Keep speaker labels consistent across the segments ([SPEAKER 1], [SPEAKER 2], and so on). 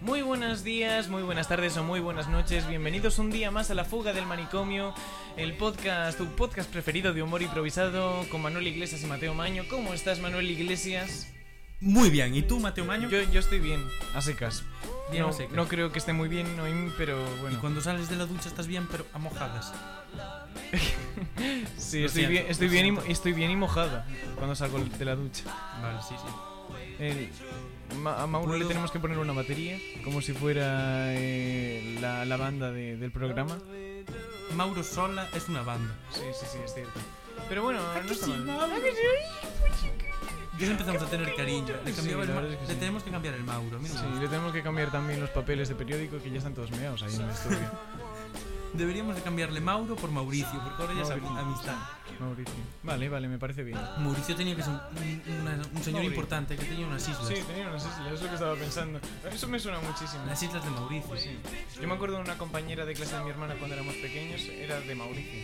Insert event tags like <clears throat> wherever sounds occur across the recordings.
[SPEAKER 1] Muy buenos días, muy buenas tardes o muy buenas noches. Bienvenidos un día más a La Fuga del Manicomio, el podcast, tu podcast preferido de humor improvisado con Manuel Iglesias y Mateo Maño. ¿Cómo estás, Manuel Iglesias?
[SPEAKER 2] Muy bien, ¿y tú, Mateo Maño?
[SPEAKER 1] Yo, yo estoy bien, a secas.
[SPEAKER 2] Bien
[SPEAKER 1] no,
[SPEAKER 2] a secas.
[SPEAKER 1] no creo que esté muy bien, Noim, pero
[SPEAKER 2] Y
[SPEAKER 1] bueno.
[SPEAKER 2] cuando sales de la ducha estás bien, pero a mojadas.
[SPEAKER 1] Sí,
[SPEAKER 2] Lo
[SPEAKER 1] estoy bien,
[SPEAKER 2] siento,
[SPEAKER 1] estoy,
[SPEAKER 2] lo
[SPEAKER 1] bien y,
[SPEAKER 2] siento.
[SPEAKER 1] estoy bien y mojada cuando salgo de la ducha.
[SPEAKER 2] Vale, sí, sí.
[SPEAKER 1] El- Ma- a Mauro le
[SPEAKER 2] ¿Puedo?
[SPEAKER 1] tenemos que poner una batería, como si fuera eh, la, la banda de- del programa.
[SPEAKER 2] Mauro Sola es una banda.
[SPEAKER 1] Sí, sí, sí, es cierto. Pero bueno, no está mal.
[SPEAKER 2] Ya le empezamos a tener cariño. Le,
[SPEAKER 1] Sí,
[SPEAKER 2] cambiaba el
[SPEAKER 1] la
[SPEAKER 2] Ma-
[SPEAKER 1] verdad es que
[SPEAKER 2] le
[SPEAKER 1] sí.
[SPEAKER 2] tenemos que cambiar el Mauro. Mira,
[SPEAKER 1] Sí, le tenemos que cambiar también los papeles de periódico que ya están todos meados ahí en el estudio.
[SPEAKER 2] Deberíamos de cambiarle Mauro por Mauricio, porque ahora ya es am-
[SPEAKER 1] Mauricio.
[SPEAKER 2] amistad.
[SPEAKER 1] Mauricio. Vale, vale, me parece bien.
[SPEAKER 2] Mauricio tenía que ser un, una- un señor
[SPEAKER 1] Mauricio.
[SPEAKER 2] importante que tenía unas islas.
[SPEAKER 1] Sí, tenía unas islas, es lo que estaba pensando. Eso me suena muchísimo.
[SPEAKER 2] Las islas de Mauricio, sí.
[SPEAKER 1] Yo me acuerdo de una compañera de clase de mi hermana cuando éramos pequeños, era de Mauricio.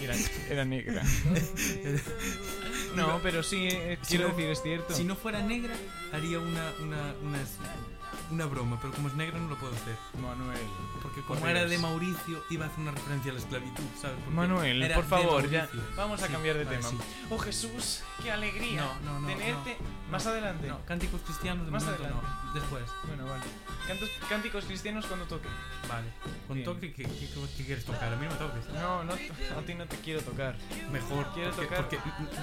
[SPEAKER 1] Y era, era negra. <laughs> No, pero sí, eh,
[SPEAKER 2] Si
[SPEAKER 1] quiero
[SPEAKER 2] no-
[SPEAKER 1] decir, es cierto.
[SPEAKER 2] Si no fuera negra, haría una, una, unas- una broma, pero como es negra no lo puedo hacer.
[SPEAKER 1] Manuel.
[SPEAKER 2] Porque como
[SPEAKER 1] Correos.
[SPEAKER 2] era de Mauricio, iba a hacer una referencia a la esclavitud, ¿sabes? Porque
[SPEAKER 1] Manuel,
[SPEAKER 2] era
[SPEAKER 1] por
[SPEAKER 2] de
[SPEAKER 1] favor, ya.
[SPEAKER 2] Mauricio.
[SPEAKER 1] Vamos a
[SPEAKER 2] Sí,
[SPEAKER 1] cambiar de
[SPEAKER 2] vale,
[SPEAKER 1] tema.
[SPEAKER 2] sí.
[SPEAKER 1] Oh Jesús, qué alegría
[SPEAKER 2] No, no, no,
[SPEAKER 1] tenerte
[SPEAKER 2] no,
[SPEAKER 1] más
[SPEAKER 2] no,
[SPEAKER 1] adelante.
[SPEAKER 2] No, cánticos cristianos de
[SPEAKER 1] Más
[SPEAKER 2] momento no.
[SPEAKER 1] adelante.
[SPEAKER 2] Después.
[SPEAKER 1] Bueno, vale. Cantos- cánticos cristianos cuando toque.
[SPEAKER 2] Vale. Con
[SPEAKER 1] Bien.
[SPEAKER 2] toque, ¿qué, qué, qué quieres tocar? A mí no me toques.
[SPEAKER 1] No, no, t- a ti no te quiero tocar.
[SPEAKER 2] Mejor,
[SPEAKER 1] Quiero
[SPEAKER 2] porque,
[SPEAKER 1] tocar.
[SPEAKER 2] porque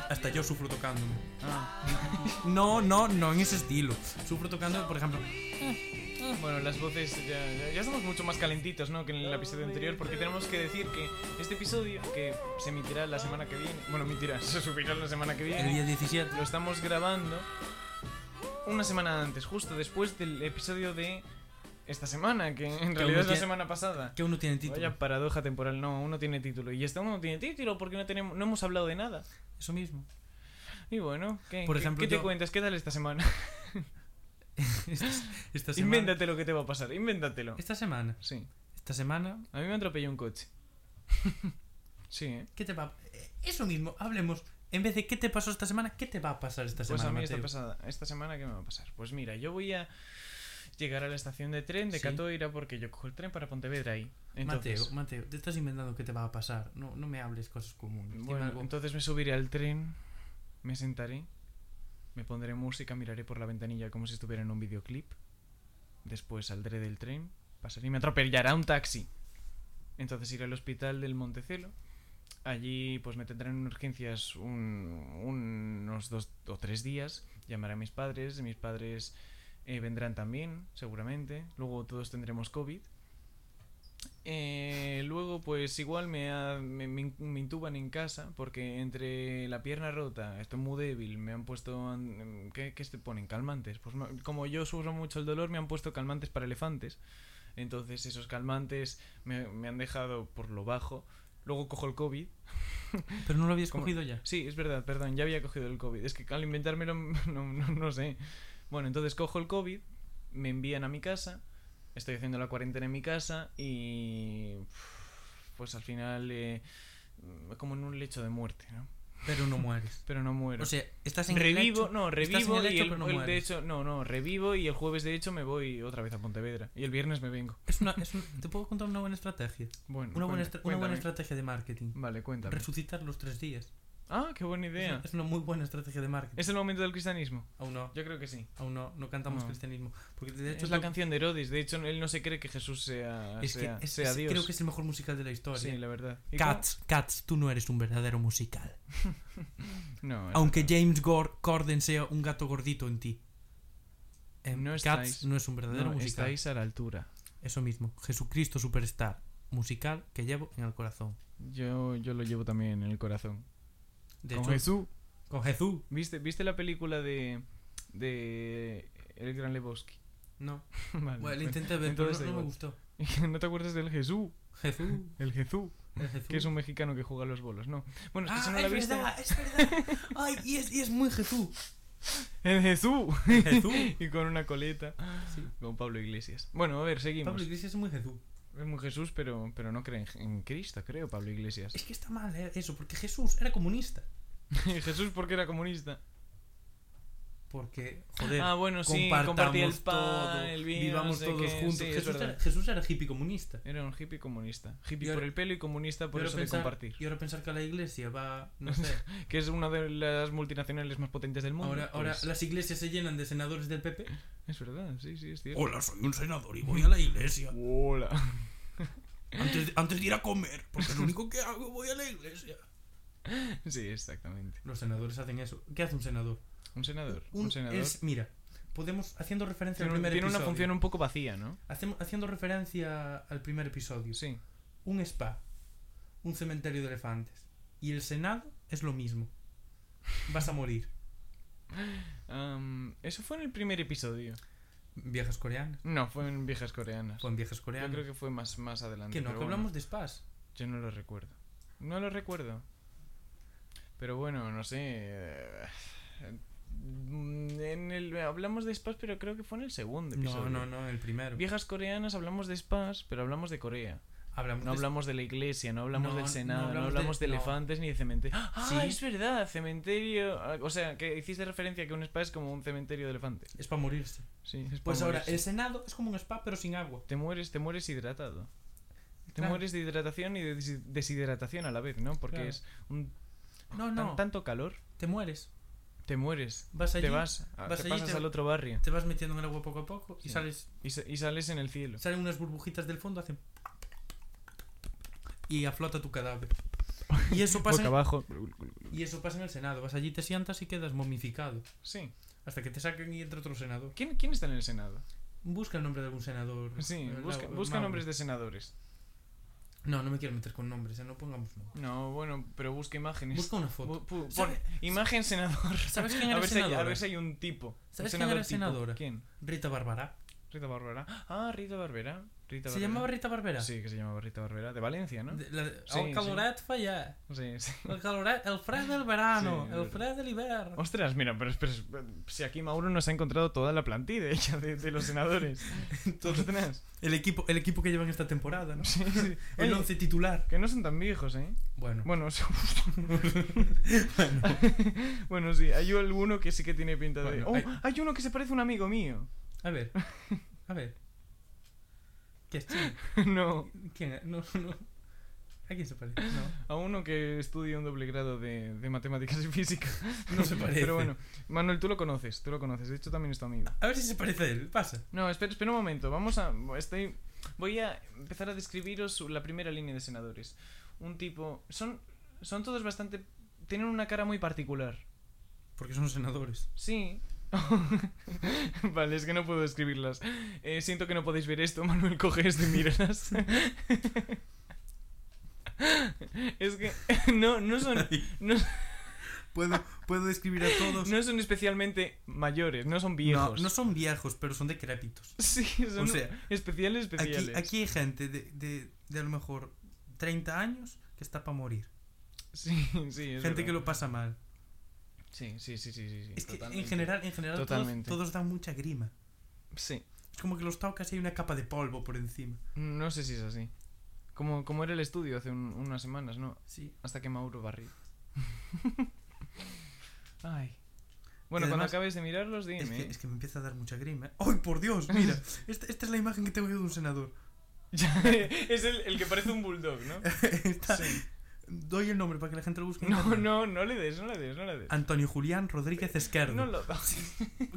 [SPEAKER 2] hasta yo sufro tocándome.
[SPEAKER 1] Ah.
[SPEAKER 2] No, no, no en ese estilo. Sufro tocándome, por ejemplo.
[SPEAKER 1] Bueno, las voces ya, ya, ya estamos mucho más calentitos, ¿no? Que en el episodio anterior, porque tenemos que decir que este episodio, que se emitirá la semana que viene, bueno, emitirá, <laughs> se subirá la semana que
[SPEAKER 2] El
[SPEAKER 1] viene,
[SPEAKER 2] día 17.
[SPEAKER 1] lo estamos grabando una semana antes, justo después del episodio de esta semana, que en realidad es la
[SPEAKER 2] tiene-
[SPEAKER 1] semana pasada.
[SPEAKER 2] Que uno tiene título.
[SPEAKER 1] Vaya paradoja temporal, no, uno tiene título. Y este uno no tiene título porque no, tenemos, no hemos hablado de nada.
[SPEAKER 2] Eso mismo. <laughs>
[SPEAKER 1] Y bueno, ¿qué,
[SPEAKER 2] Por
[SPEAKER 1] qué-
[SPEAKER 2] ejemplo,
[SPEAKER 1] qué te
[SPEAKER 2] yo-
[SPEAKER 1] cuentas? ¿Qué tal esta semana?
[SPEAKER 2] Esta, esta semana.
[SPEAKER 1] Invéntate lo que te va a pasar, invéntatelo.
[SPEAKER 2] Esta semana.
[SPEAKER 1] Sí.
[SPEAKER 2] Esta semana.
[SPEAKER 1] A mí me atropelló un coche. <laughs> sí, ¿eh?
[SPEAKER 2] ¿Qué te va? Eso mismo, hablemos. En vez de qué te pasó esta semana, ¿qué te va a pasar esta
[SPEAKER 1] Pues
[SPEAKER 2] semana?
[SPEAKER 1] a mí esta,
[SPEAKER 2] Mateo?
[SPEAKER 1] pasada, esta semana, ¿qué me va a pasar? Pues mira, yo voy a llegar a la estación de tren de
[SPEAKER 2] Sí.
[SPEAKER 1] Catoira porque yo cojo el tren para Pontevedra ahí. Entonces,
[SPEAKER 2] Mateo, Mateo, te estás inventando qué te va a pasar. No, no me hables cosas comunes. Dime
[SPEAKER 1] bueno,
[SPEAKER 2] algo.
[SPEAKER 1] entonces me subiré al tren, me sentaré, me pondré música, miraré por la ventanilla como si estuviera en un videoclip. Después saldré del tren, pasaré y me atropellará un taxi. Entonces iré al hospital del Montecelo. Allí pues me tendrán en urgencias un- unos dos o tres días. Llamaré a mis padres, mis padres eh, vendrán también, seguramente. Luego todos tendremos COVID. Eh, luego pues igual me, ha- me, me in- me intuban en casa porque entre la pierna rota, estoy muy débil, me han puesto... an- ¿Qué, qué se ponen? Calmantes. Pues no- como yo sufro mucho el dolor, me han puesto calmantes para elefantes. Entonces esos calmantes me, me han dejado por lo bajo. Luego cojo el COVID.
[SPEAKER 2] Pero no lo habías
[SPEAKER 1] ¿Cómo?
[SPEAKER 2] cogido ya.
[SPEAKER 1] Sí, es verdad, perdón, ya había cogido el COVID. Es que al inventármelo <laughs> no, no, no sé. Bueno, entonces cojo el COVID, me envían a mi casa, estoy haciendo la cuarentena en mi casa y pues al final eh, como en un lecho de muerte, ¿no?
[SPEAKER 2] Pero no mueres.
[SPEAKER 1] Pero no muero.
[SPEAKER 2] O sea, estás en
[SPEAKER 1] revivo,
[SPEAKER 2] el lecho.
[SPEAKER 1] no,
[SPEAKER 2] estás en
[SPEAKER 1] revivo
[SPEAKER 2] el lecho,
[SPEAKER 1] y el,
[SPEAKER 2] pero no
[SPEAKER 1] el- de
[SPEAKER 2] mueres.
[SPEAKER 1] hecho, no, no, revivo y el jueves de hecho me voy otra vez a Pontevedra y el viernes me vengo.
[SPEAKER 2] Es una- es un- te puedo contar una buena estrategia.
[SPEAKER 1] Bueno,
[SPEAKER 2] Una buena,
[SPEAKER 1] cuenta-
[SPEAKER 2] estra- una buena
[SPEAKER 1] cuéntame.
[SPEAKER 2] estrategia de marketing.
[SPEAKER 1] Vale, cuéntame.
[SPEAKER 2] Resucitar los tres días.
[SPEAKER 1] Ah, qué buena
[SPEAKER 2] Es
[SPEAKER 1] idea.
[SPEAKER 2] una, es una muy buena estrategia de marketing.
[SPEAKER 1] ¿Es el momento del cristianismo?
[SPEAKER 2] Aún no,
[SPEAKER 1] Yo creo que sí.
[SPEAKER 2] aún no, no cantamos
[SPEAKER 1] No.
[SPEAKER 2] cristianismo. Porque de hecho
[SPEAKER 1] es la
[SPEAKER 2] tú-
[SPEAKER 1] canción de Herodes. De hecho, él no se cree que Jesús sea,
[SPEAKER 2] es que
[SPEAKER 1] sea,
[SPEAKER 2] es-
[SPEAKER 1] sea
[SPEAKER 2] es-
[SPEAKER 1] Dios.
[SPEAKER 2] creo que es el mejor musical de la historia.
[SPEAKER 1] sí, la verdad. ¿Y
[SPEAKER 2] Cats, Cats, tú no eres un verdadero musical.
[SPEAKER 1] cómo? No, eso
[SPEAKER 2] Aunque
[SPEAKER 1] no.
[SPEAKER 2] James Gor- Corden sea un gato gordito en ti. Em,
[SPEAKER 1] No
[SPEAKER 2] Cats
[SPEAKER 1] estáis-
[SPEAKER 2] no es un verdadero
[SPEAKER 1] No,
[SPEAKER 2] musical.
[SPEAKER 1] estáis a la altura.
[SPEAKER 2] Eso mismo. Jesucristo Superstar. Musical que llevo en el corazón.
[SPEAKER 1] Yo, yo lo llevo también en el corazón.
[SPEAKER 2] De
[SPEAKER 1] Con
[SPEAKER 2] hecho,
[SPEAKER 1] Jesús.
[SPEAKER 2] con Jesús.
[SPEAKER 1] ¿Viste, ¿Viste la película de, de El Gran Lebowski? <laughs>
[SPEAKER 2] No.
[SPEAKER 1] Vale,
[SPEAKER 2] Bueno,
[SPEAKER 1] bueno,
[SPEAKER 2] lo intenté ver, pero
[SPEAKER 1] entonces da
[SPEAKER 2] no, no me
[SPEAKER 1] igual.
[SPEAKER 2] gustó.
[SPEAKER 1] <laughs> ¿No te acuerdas del Jesús?
[SPEAKER 2] Jesús.
[SPEAKER 1] El Jesús,
[SPEAKER 2] el Jesús.
[SPEAKER 1] que es un mexicano que juega a los bolos, ¿no. Bueno, es que
[SPEAKER 2] Ah,
[SPEAKER 1] si no la
[SPEAKER 2] es
[SPEAKER 1] viste.
[SPEAKER 2] verdad, es verdad. Ay, y es, y es muy Jesús.
[SPEAKER 1] ¡En Jesús!
[SPEAKER 2] <laughs> Jesús.
[SPEAKER 1] <laughs> y con una coleta.
[SPEAKER 2] Sí.
[SPEAKER 1] Con Pablo Iglesias. Bueno, a ver, seguimos.
[SPEAKER 2] Pablo Iglesias es muy Jesús.
[SPEAKER 1] Es muy Jesús, pero, pero no cree en, en Cristo, creo, Pablo Iglesias.
[SPEAKER 2] Es que está mal eh, eso, porque Jesús era comunista.
[SPEAKER 1] <laughs> Jesús porque era comunista.
[SPEAKER 2] Porque, joder,
[SPEAKER 1] ah, bueno, sí,
[SPEAKER 2] compartamos
[SPEAKER 1] compartía el pan,
[SPEAKER 2] todo,
[SPEAKER 1] el vino,
[SPEAKER 2] vivamos
[SPEAKER 1] no sé
[SPEAKER 2] todos
[SPEAKER 1] qué,
[SPEAKER 2] juntos.
[SPEAKER 1] sí, es
[SPEAKER 2] Jesús,
[SPEAKER 1] verdad.
[SPEAKER 2] era, Jesús era hippie comunista.
[SPEAKER 1] Era un hippie comunista. Hippie
[SPEAKER 2] Y ahora-
[SPEAKER 1] por el pelo y comunista por
[SPEAKER 2] y, ahora
[SPEAKER 1] eso de compartir.
[SPEAKER 2] y ahora pensar que la iglesia va, no sé,
[SPEAKER 1] <laughs> Que es una de las multinacionales más potentes del mundo.
[SPEAKER 2] ahora, ahora
[SPEAKER 1] pues,
[SPEAKER 2] las iglesias se llenan de senadores del PP.
[SPEAKER 1] Es verdad, sí, sí, es cierto.
[SPEAKER 3] Hola, soy un senador y voy a la iglesia.
[SPEAKER 1] Hola. <laughs>
[SPEAKER 3] Antes de, antes de ir a comer, porque lo único que hago voy a la iglesia.
[SPEAKER 1] Sí, exactamente.
[SPEAKER 2] Los senadores hacen eso. ¿Qué hace un senador?
[SPEAKER 1] Un senador. Un,
[SPEAKER 2] Un,
[SPEAKER 1] senador.
[SPEAKER 2] es- mira, podemos, haciendo referencia
[SPEAKER 1] tiene
[SPEAKER 2] al
[SPEAKER 1] un-
[SPEAKER 2] primer
[SPEAKER 1] tiene una
[SPEAKER 2] episodio.
[SPEAKER 1] función un poco vacía, ¿no?
[SPEAKER 2] Hacemos, haciendo referencia al primer episodio.
[SPEAKER 1] Sí.
[SPEAKER 2] Un spa, un cementerio de elefantes. Y el Senado es lo mismo. Vas a morir.
[SPEAKER 1] Am, eso fue en el primer episodio.
[SPEAKER 2] Viejas coreanas.
[SPEAKER 1] No, fue en Viejas Coreanas.
[SPEAKER 2] Con viejas
[SPEAKER 1] Yo
[SPEAKER 2] coreanas.
[SPEAKER 1] creo que fue más, más adelante.
[SPEAKER 2] Que no, que
[SPEAKER 1] pero bueno,
[SPEAKER 2] hablamos de spas.
[SPEAKER 1] Yo no lo recuerdo. No lo recuerdo. Pero bueno, no sé. eh, mm, En el, hablamos de spas, pero creo que fue en el segundo episodio.
[SPEAKER 2] No, no, no, el primero.
[SPEAKER 1] Viejas coreanas hablamos de spas, pero hablamos de Corea.
[SPEAKER 2] Hablamos
[SPEAKER 1] No
[SPEAKER 2] de-
[SPEAKER 1] hablamos de la iglesia, no hablamos
[SPEAKER 2] No,
[SPEAKER 1] del
[SPEAKER 2] no
[SPEAKER 1] Senado, no hablamos,
[SPEAKER 2] hablamos
[SPEAKER 1] de,
[SPEAKER 2] de- no.
[SPEAKER 1] elefantes ni de cementerio. ¡Ah,
[SPEAKER 2] Sí.
[SPEAKER 1] es verdad! Cementerio. Ah, O sea, que hiciste referencia a que un spa es como un cementerio de elefantes.
[SPEAKER 2] Es para morirse.
[SPEAKER 1] Sí, es
[SPEAKER 2] Pues
[SPEAKER 1] para
[SPEAKER 2] ahora,
[SPEAKER 1] morirse.
[SPEAKER 2] el Senado es como un spa, pero sin agua.
[SPEAKER 1] Te mueres, te mueres hidratado. Te
[SPEAKER 2] Claro.
[SPEAKER 1] mueres de hidratación y de desi- deshidratación a la vez, ¿no? Porque
[SPEAKER 2] Claro.
[SPEAKER 1] es un
[SPEAKER 2] No,
[SPEAKER 1] tan-
[SPEAKER 2] no,
[SPEAKER 1] tanto calor,
[SPEAKER 2] te mueres.
[SPEAKER 1] te mueres.
[SPEAKER 2] Vas allí,
[SPEAKER 1] te vas, a-
[SPEAKER 2] vas
[SPEAKER 1] te
[SPEAKER 2] allí,
[SPEAKER 1] pasas
[SPEAKER 2] te-
[SPEAKER 1] al otro barrio
[SPEAKER 2] te vas metiendo en el agua poco a poco
[SPEAKER 1] Sí.
[SPEAKER 2] y sales,
[SPEAKER 1] y, sa- y salen en el cielo.
[SPEAKER 2] salen unas burbujitas del fondo, hacen... Y aflota tu cadáver.
[SPEAKER 1] <laughs>
[SPEAKER 2] Y eso pasa,
[SPEAKER 1] Boca
[SPEAKER 2] en,
[SPEAKER 1] abajo.
[SPEAKER 2] y eso pasa en el Senado. Vas allí, te sientas y quedas momificado.
[SPEAKER 1] Sí.
[SPEAKER 2] Hasta que te saquen y entra otro senador.
[SPEAKER 1] ¿Quién, quién está en el Senado?
[SPEAKER 2] Busca el nombre de algún senador.
[SPEAKER 1] Sí,
[SPEAKER 2] eh,
[SPEAKER 1] busca,
[SPEAKER 2] Lau-
[SPEAKER 1] busca
[SPEAKER 2] Mauro.
[SPEAKER 1] nombres de senadores.
[SPEAKER 2] No, no me quiero meter con nombres, eh, no pongamos nombres.
[SPEAKER 1] No, bueno, pero busca imágenes.
[SPEAKER 2] Busca una
[SPEAKER 1] Bu-
[SPEAKER 2] foto.
[SPEAKER 1] pu-
[SPEAKER 2] ¿Sabe-
[SPEAKER 1] pon imagen senador. <laughs>
[SPEAKER 2] ¿Sabes quién
[SPEAKER 1] A
[SPEAKER 2] era
[SPEAKER 1] ver, si hay, a
[SPEAKER 2] senadora?
[SPEAKER 1] ver si hay un tipo. un
[SPEAKER 2] ¿Sabes quién era
[SPEAKER 1] tipo.
[SPEAKER 2] senadora?
[SPEAKER 1] ¿Quién?
[SPEAKER 2] Rita Barbará.
[SPEAKER 1] Rita Barbera. Ah, Rita Barbera. Rita
[SPEAKER 2] ¿Se
[SPEAKER 1] Barberá.
[SPEAKER 2] llamaba Rita Barbera?
[SPEAKER 1] Sí, que se llamaba Rita Barbera. De Valencia, ¿no?
[SPEAKER 2] De- la-
[SPEAKER 1] Sí,
[SPEAKER 2] el caloret falla.
[SPEAKER 1] Sí, sí. <laughs>
[SPEAKER 2] El caloret, el fred del verano,
[SPEAKER 1] Sí, es
[SPEAKER 2] el
[SPEAKER 1] verdad.
[SPEAKER 2] fred del invierno.
[SPEAKER 1] Ostras, mira, pero, espera, espera, si aquí Mauro nos ha encontrado toda la plantilla <laughs> hecha de, de los
[SPEAKER 2] <laughs>
[SPEAKER 1] senadores. Ostras.
[SPEAKER 2] El equipo, el equipo que llevan esta temporada, ¿no?
[SPEAKER 1] Sí, sí.
[SPEAKER 2] El
[SPEAKER 1] Oye,
[SPEAKER 2] once titular.
[SPEAKER 1] que no son tan viejos, ¿eh?
[SPEAKER 2] Bueno,
[SPEAKER 1] Bueno, <laughs> sí. <laughs> bueno, sí, hay alguno que sí que tiene pinta de...
[SPEAKER 2] Bueno,
[SPEAKER 1] ¡Oh!
[SPEAKER 2] hay-
[SPEAKER 1] hay uno que se parece a un amigo mío. <laughs>
[SPEAKER 2] a ver. A ver. ¿Qué es chino?
[SPEAKER 1] no.
[SPEAKER 2] ¿Quién es? No, no. ¿A quién se parece? No.
[SPEAKER 1] A uno que estudia un doble grado de, de matemáticas y
[SPEAKER 2] <laughs>
[SPEAKER 1] física.
[SPEAKER 2] No se
[SPEAKER 1] <laughs>
[SPEAKER 2] parece.
[SPEAKER 1] Pero bueno, Manuel, tú lo conoces, tú lo conoces. De hecho, también es tu amigo.
[SPEAKER 2] A ver si se parece a él. Pasa.
[SPEAKER 1] No, espera, espera un momento. Vamos a. Estoy. Voy a empezar a describiros la primera línea de senadores. Un tipo. Son. Son todos bastante. Tienen una cara muy particular.
[SPEAKER 2] Porque son senadores.
[SPEAKER 1] Sí. <laughs> vale, es que no puedo describirlas. Eh, siento que no podéis ver esto, <laughs> Manuel, coge esto y míralas. <laughs> es que <laughs> no, no
[SPEAKER 2] <laughs>
[SPEAKER 1] son no,
[SPEAKER 2] Puedo, puedo describir a todos.
[SPEAKER 1] no son especialmente mayores, no son viejos.
[SPEAKER 2] No, no son viejos, pero son decrépitos.
[SPEAKER 1] <laughs> Sí, son
[SPEAKER 2] O sea,
[SPEAKER 1] especiales
[SPEAKER 2] Aquí,
[SPEAKER 1] especiales.
[SPEAKER 2] aquí hay gente de, de, de a lo mejor 30 años que está para morir.
[SPEAKER 1] Sí, sí, es
[SPEAKER 2] gente
[SPEAKER 1] verdad.
[SPEAKER 2] que lo pasa mal.
[SPEAKER 1] Sí, sí, sí, sí, sí. sí,
[SPEAKER 2] Es que en
[SPEAKER 1] totalmente.
[SPEAKER 2] general, en general todos,
[SPEAKER 1] Totalmente.
[SPEAKER 2] todos dan mucha grima.
[SPEAKER 1] Sí,
[SPEAKER 2] Es como que los tocas y hay una capa de polvo por encima.
[SPEAKER 1] no sé si es así. Como, como era el estudio hace un- unas semanas, ¿no?
[SPEAKER 2] Sí.
[SPEAKER 1] Hasta que Mauro barrió. <laughs> Ay. Bueno, cuando
[SPEAKER 2] además-
[SPEAKER 1] acabes de mirarlos, dime.
[SPEAKER 2] Es que,
[SPEAKER 1] ¿eh? <laughs>
[SPEAKER 2] es que me empieza a dar mucha grima. <laughs> ¿eh? ¡Ay, por Dios! Mira, esta, esta es la imagen que tengo yo de un senador. <laughs>
[SPEAKER 1] Ya, es el, el que parece un bulldog, ¿no?
[SPEAKER 2] Está-
[SPEAKER 1] Sí.
[SPEAKER 2] Doy el nombre para que la gente lo busque. en
[SPEAKER 1] No,
[SPEAKER 2] internet.
[SPEAKER 1] no, no le des, no le des, no le des.
[SPEAKER 2] Antonio Julián Rodríguez Esquerdo.
[SPEAKER 1] No
[SPEAKER 2] <laughs>
[SPEAKER 1] lo das.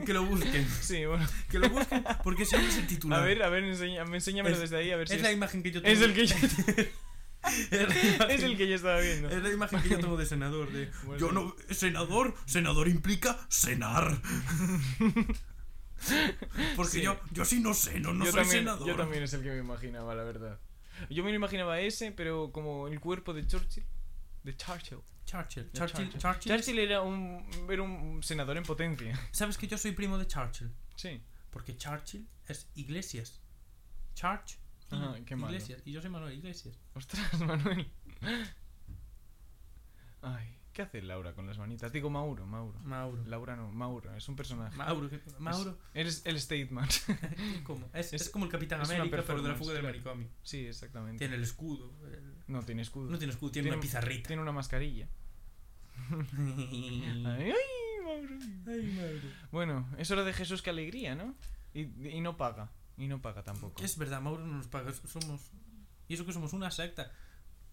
[SPEAKER 2] Que lo busquen.
[SPEAKER 1] Sí, bueno.
[SPEAKER 2] Que lo busquen porque ese hombre es el
[SPEAKER 1] A
[SPEAKER 2] titular.
[SPEAKER 1] ver, a ver, enséñame, enséñamelo
[SPEAKER 2] Es-
[SPEAKER 1] desde ahí, a ver
[SPEAKER 2] es
[SPEAKER 1] si
[SPEAKER 2] la <laughs>
[SPEAKER 1] es,
[SPEAKER 2] imagen que yo tengo.
[SPEAKER 1] es el que yo,
[SPEAKER 2] <laughs> es la imagen-
[SPEAKER 1] es el que yo estaba viendo.
[SPEAKER 2] Es la imagen que yo tengo de senador. De,
[SPEAKER 1] <laughs> Bueno.
[SPEAKER 3] Yo no. Senador, senador implica cenar.
[SPEAKER 1] <laughs>
[SPEAKER 3] Porque
[SPEAKER 1] Sí.
[SPEAKER 3] yo, yo sí no ceno, no
[SPEAKER 1] yo,
[SPEAKER 3] soy
[SPEAKER 1] también,
[SPEAKER 3] senador.
[SPEAKER 1] yo también es el que me imaginaba, la verdad. Yo me lo imaginaba ese, pero como el cuerpo de Churchill. De Churchill.
[SPEAKER 2] Churchill.
[SPEAKER 1] De
[SPEAKER 2] Churchill.
[SPEAKER 1] Churchill.
[SPEAKER 2] Churchill.
[SPEAKER 1] Churchill era un, era un senador en potencia.
[SPEAKER 2] ¿Sabes que yo soy primo de Churchill?
[SPEAKER 1] Sí.
[SPEAKER 2] Porque Churchill es Iglesias. Church.
[SPEAKER 1] Ah,
[SPEAKER 2] Mm,
[SPEAKER 1] qué malo. <laughs>
[SPEAKER 2] Iglesias. Y yo soy Manuel Iglesias.
[SPEAKER 1] Ostras, Manuel. Ay. ¿Qué hace Laura con las manitas? Digo Mauro, Mauro.
[SPEAKER 2] Mauro.
[SPEAKER 1] Laura no, Mauro, es un personaje.
[SPEAKER 2] Mauro. ¿qué- Mauro.
[SPEAKER 1] Eres el Stateman.
[SPEAKER 2] ¿Cómo? Es,
[SPEAKER 1] Es-
[SPEAKER 2] es como el Capitán
[SPEAKER 1] es una
[SPEAKER 2] América, pero de la
[SPEAKER 1] performance,
[SPEAKER 2] fuga del
[SPEAKER 1] claro.
[SPEAKER 2] manicomio.
[SPEAKER 1] <laughs> sí, exactamente.
[SPEAKER 2] Tiene el escudo. el-
[SPEAKER 1] No tiene escudo.
[SPEAKER 2] No tiene escudo, tiene,
[SPEAKER 1] Tiene un-
[SPEAKER 2] una pizarrita. Mm.
[SPEAKER 1] Tiene una mascarilla.
[SPEAKER 2] <laughs> Ay,
[SPEAKER 1] Ay, ay, Mauro.
[SPEAKER 2] Mauro.
[SPEAKER 1] Bueno, es hora de Jesús que alegría, ¿no? Y, y no paga. Y no paga tampoco.
[SPEAKER 2] Es verdad, Mauro no nos paga. Somos. Y eso que somos una secta.